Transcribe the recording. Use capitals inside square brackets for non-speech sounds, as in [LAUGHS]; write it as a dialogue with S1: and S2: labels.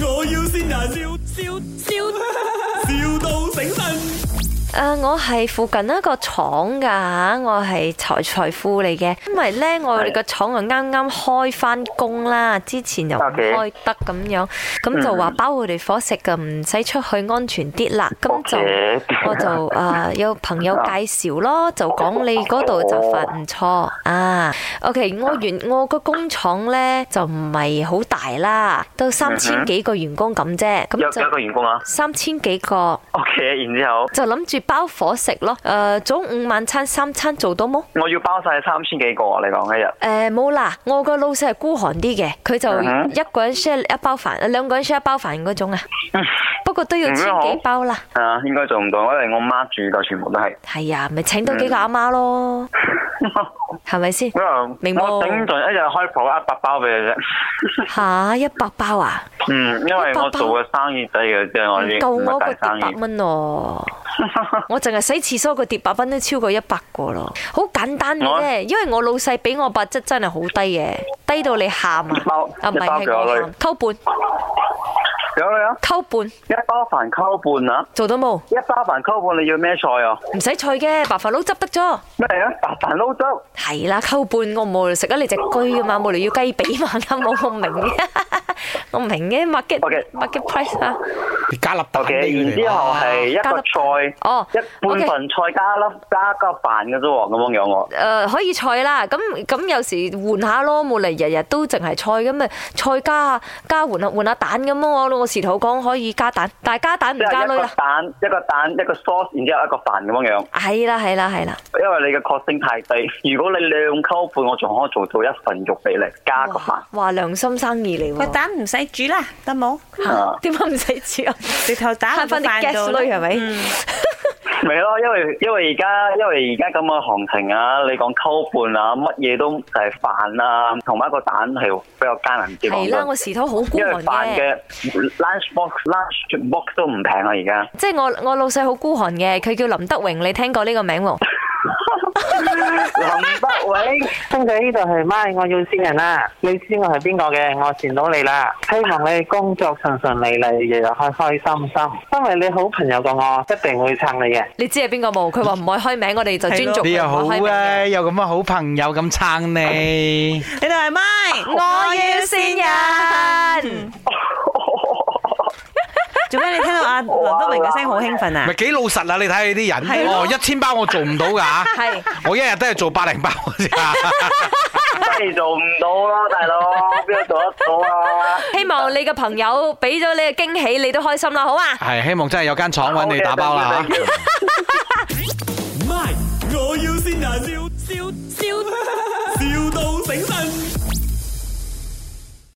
S1: 要先人，笑笑笑，,笑到醒神。
S2: 誒、呃我係附近一個廠㗎，我係財財富嚟嘅，因為咧我哋個廠啊啱啱開翻工啦，之前又唔
S3: OK 嗯
S2: 開得咁樣，咁就話包佢哋伙食嘅，唔使出去安全啲啦，咁就
S3: OK
S2: 我就誒、有朋友介紹咯，就講你嗰度就飯唔錯啊。OK，我
S3: 啊
S2: 原我個工廠咧就唔係好大啦，都三千幾個員工咁啫，
S3: 有
S2: 咁就
S3: 嗯有一個員工啊
S2: 三千幾個。
S3: ，OK，然之後
S2: 就諗住包伙食咯。诶、早午晚餐三餐做到冇？
S3: 我要包晒三千幾個啊，你講一日。
S2: 诶、冇啦，我個老細係孤寒啲嘅，佢就
S3: 嗯哼
S2: 一個人 share 一包飯，呃兩個人 share 一包飯嗰種啊。
S3: 嗯
S2: 不過都要千幾包啦。
S3: 啊，應該做唔到，因為我媽煮嘅全部都係，
S2: 係啊，咪請多幾個阿媽咯，
S3: 嗯
S2: 係咪先？
S3: 因為
S2: 明白
S3: [LAUGHS] 我頂盡一日開鋪一百包俾你啫。 [LAUGHS]
S2: 吓一百包啊，
S3: 嗯，因為我做嘅生意仔嘅啫，
S2: 唔
S3: 我啲
S2: 夠
S3: 唔
S2: 我
S3: 係
S2: 個
S3: 啊大
S2: 碟啊
S3: 生
S2: 百
S3: 意。
S2: 蚊喎。我淨係洗廁所個碟百蚊都超過一百個咯，好簡單嘅啫。因為我老細俾我八質真係好低嘅，低到你喊啊！
S3: 包
S2: 啊唔
S3: 一包
S2: 係係
S3: 幾多
S2: 我
S3: 女
S2: 喊，溝半
S3: [LAUGHS] 有你啊，
S2: 溝半
S3: 一包飯溝半啊，
S2: 做到冇？
S3: 一包飯溝半你要咩菜啊？
S2: 唔使菜嘅，白飯佬執得咗。
S3: 咩啊？白飯撈粥。
S2: 係啦，溝半我冇嚟食啊！你只居啊嘛，冇嚟要雞髀嘛，啱冇我明嘅， [LAUGHS] 我明嘅 market
S3: OK
S2: market price 啊。
S4: 你加粒蛋
S3: O
S4: 俾
S3: K，然
S4: 佢
S3: 之
S4: 哋啦。
S3: 後係一個菜，
S2: 哦
S3: 一半
S2: OK
S3: 份菜加粒加個飯嘅啫喎，咁樣樣我。
S2: 誒、呃可以菜啦，咁咁有時換下咯，冇嚟日日都淨係菜咁咪菜加加換下換下蛋咁咯。我我時頭講可以加蛋，但係加蛋唔
S3: 即係
S2: 加
S3: 一
S2: 女
S3: 個
S2: 啦。
S3: 蛋，一個蛋，一個 sauce，然之後一個飯咁樣樣。
S2: 係啦係啦係啦，
S3: 因為你嘅確性太低， [LAUGHS] 如果你兩溝半，我仲可以做到一份肉俾你加個飯
S2: 哇。哇良心生意嚟
S5: 個
S2: 喎，
S5: 蛋唔使煮啦，得冇？
S3: 啊，
S2: 點解唔使煮啊？
S5: 直頭
S2: 慳
S5: 打落個
S2: 翻啲
S5: 飯
S2: gas
S5: 度
S2: 咯，
S5: 啦
S2: 係咪？
S3: 咪咯，因為因為而家因為而家咁嘅行情啊，你講溝半啊，乜嘢都就係飯啊，同埋一個蛋係比較艱難啲。
S2: 係啦，我
S3: 講真
S2: 時頭好孤
S3: 啊因為
S2: 寒
S3: 飯
S2: 嘅。
S3: 嘅 lunch box、lunch box 都唔平啊，而家。 [LAUGHS]
S2: 即系我我老细好孤寒嘅，佢叫林德荣，你听过呢个名冇？
S3: 林德榮。
S6: 兄弟，呢度係咪我要先人啦，你知我係邊個嘅，我善到你啦。希望你工作順順利利，日日開開心心。因為你好朋友個我，一定會撐你嘅。
S2: 你知系边个冇？佢话唔可以开名，我哋就尊重
S4: 你
S2: 佢
S4: 又好
S2: 唔可以開名
S4: 啊，
S2: 嘅。
S4: 有咁嘅好朋友咁撐你。
S5: 呢度係咪？啊
S2: 我要善人，
S5: 做咩你聽到阿林德明嘅聲好興奮啊
S4: 咪？幾老實啊！你睇下呢啲
S5: 係
S4: 人，
S5: 咯
S4: 哦，一千包我做唔到㗎嚇
S2: 係
S4: 我一日都係做百零包嘅啫。
S3: 真係做唔到咯，大佬，邊度做得到啊？
S2: 希望你嘅朋友俾咗你嘅惊喜，你都开心啦，好啊！
S4: 係希望真係有間廠揾你打包啦嚇。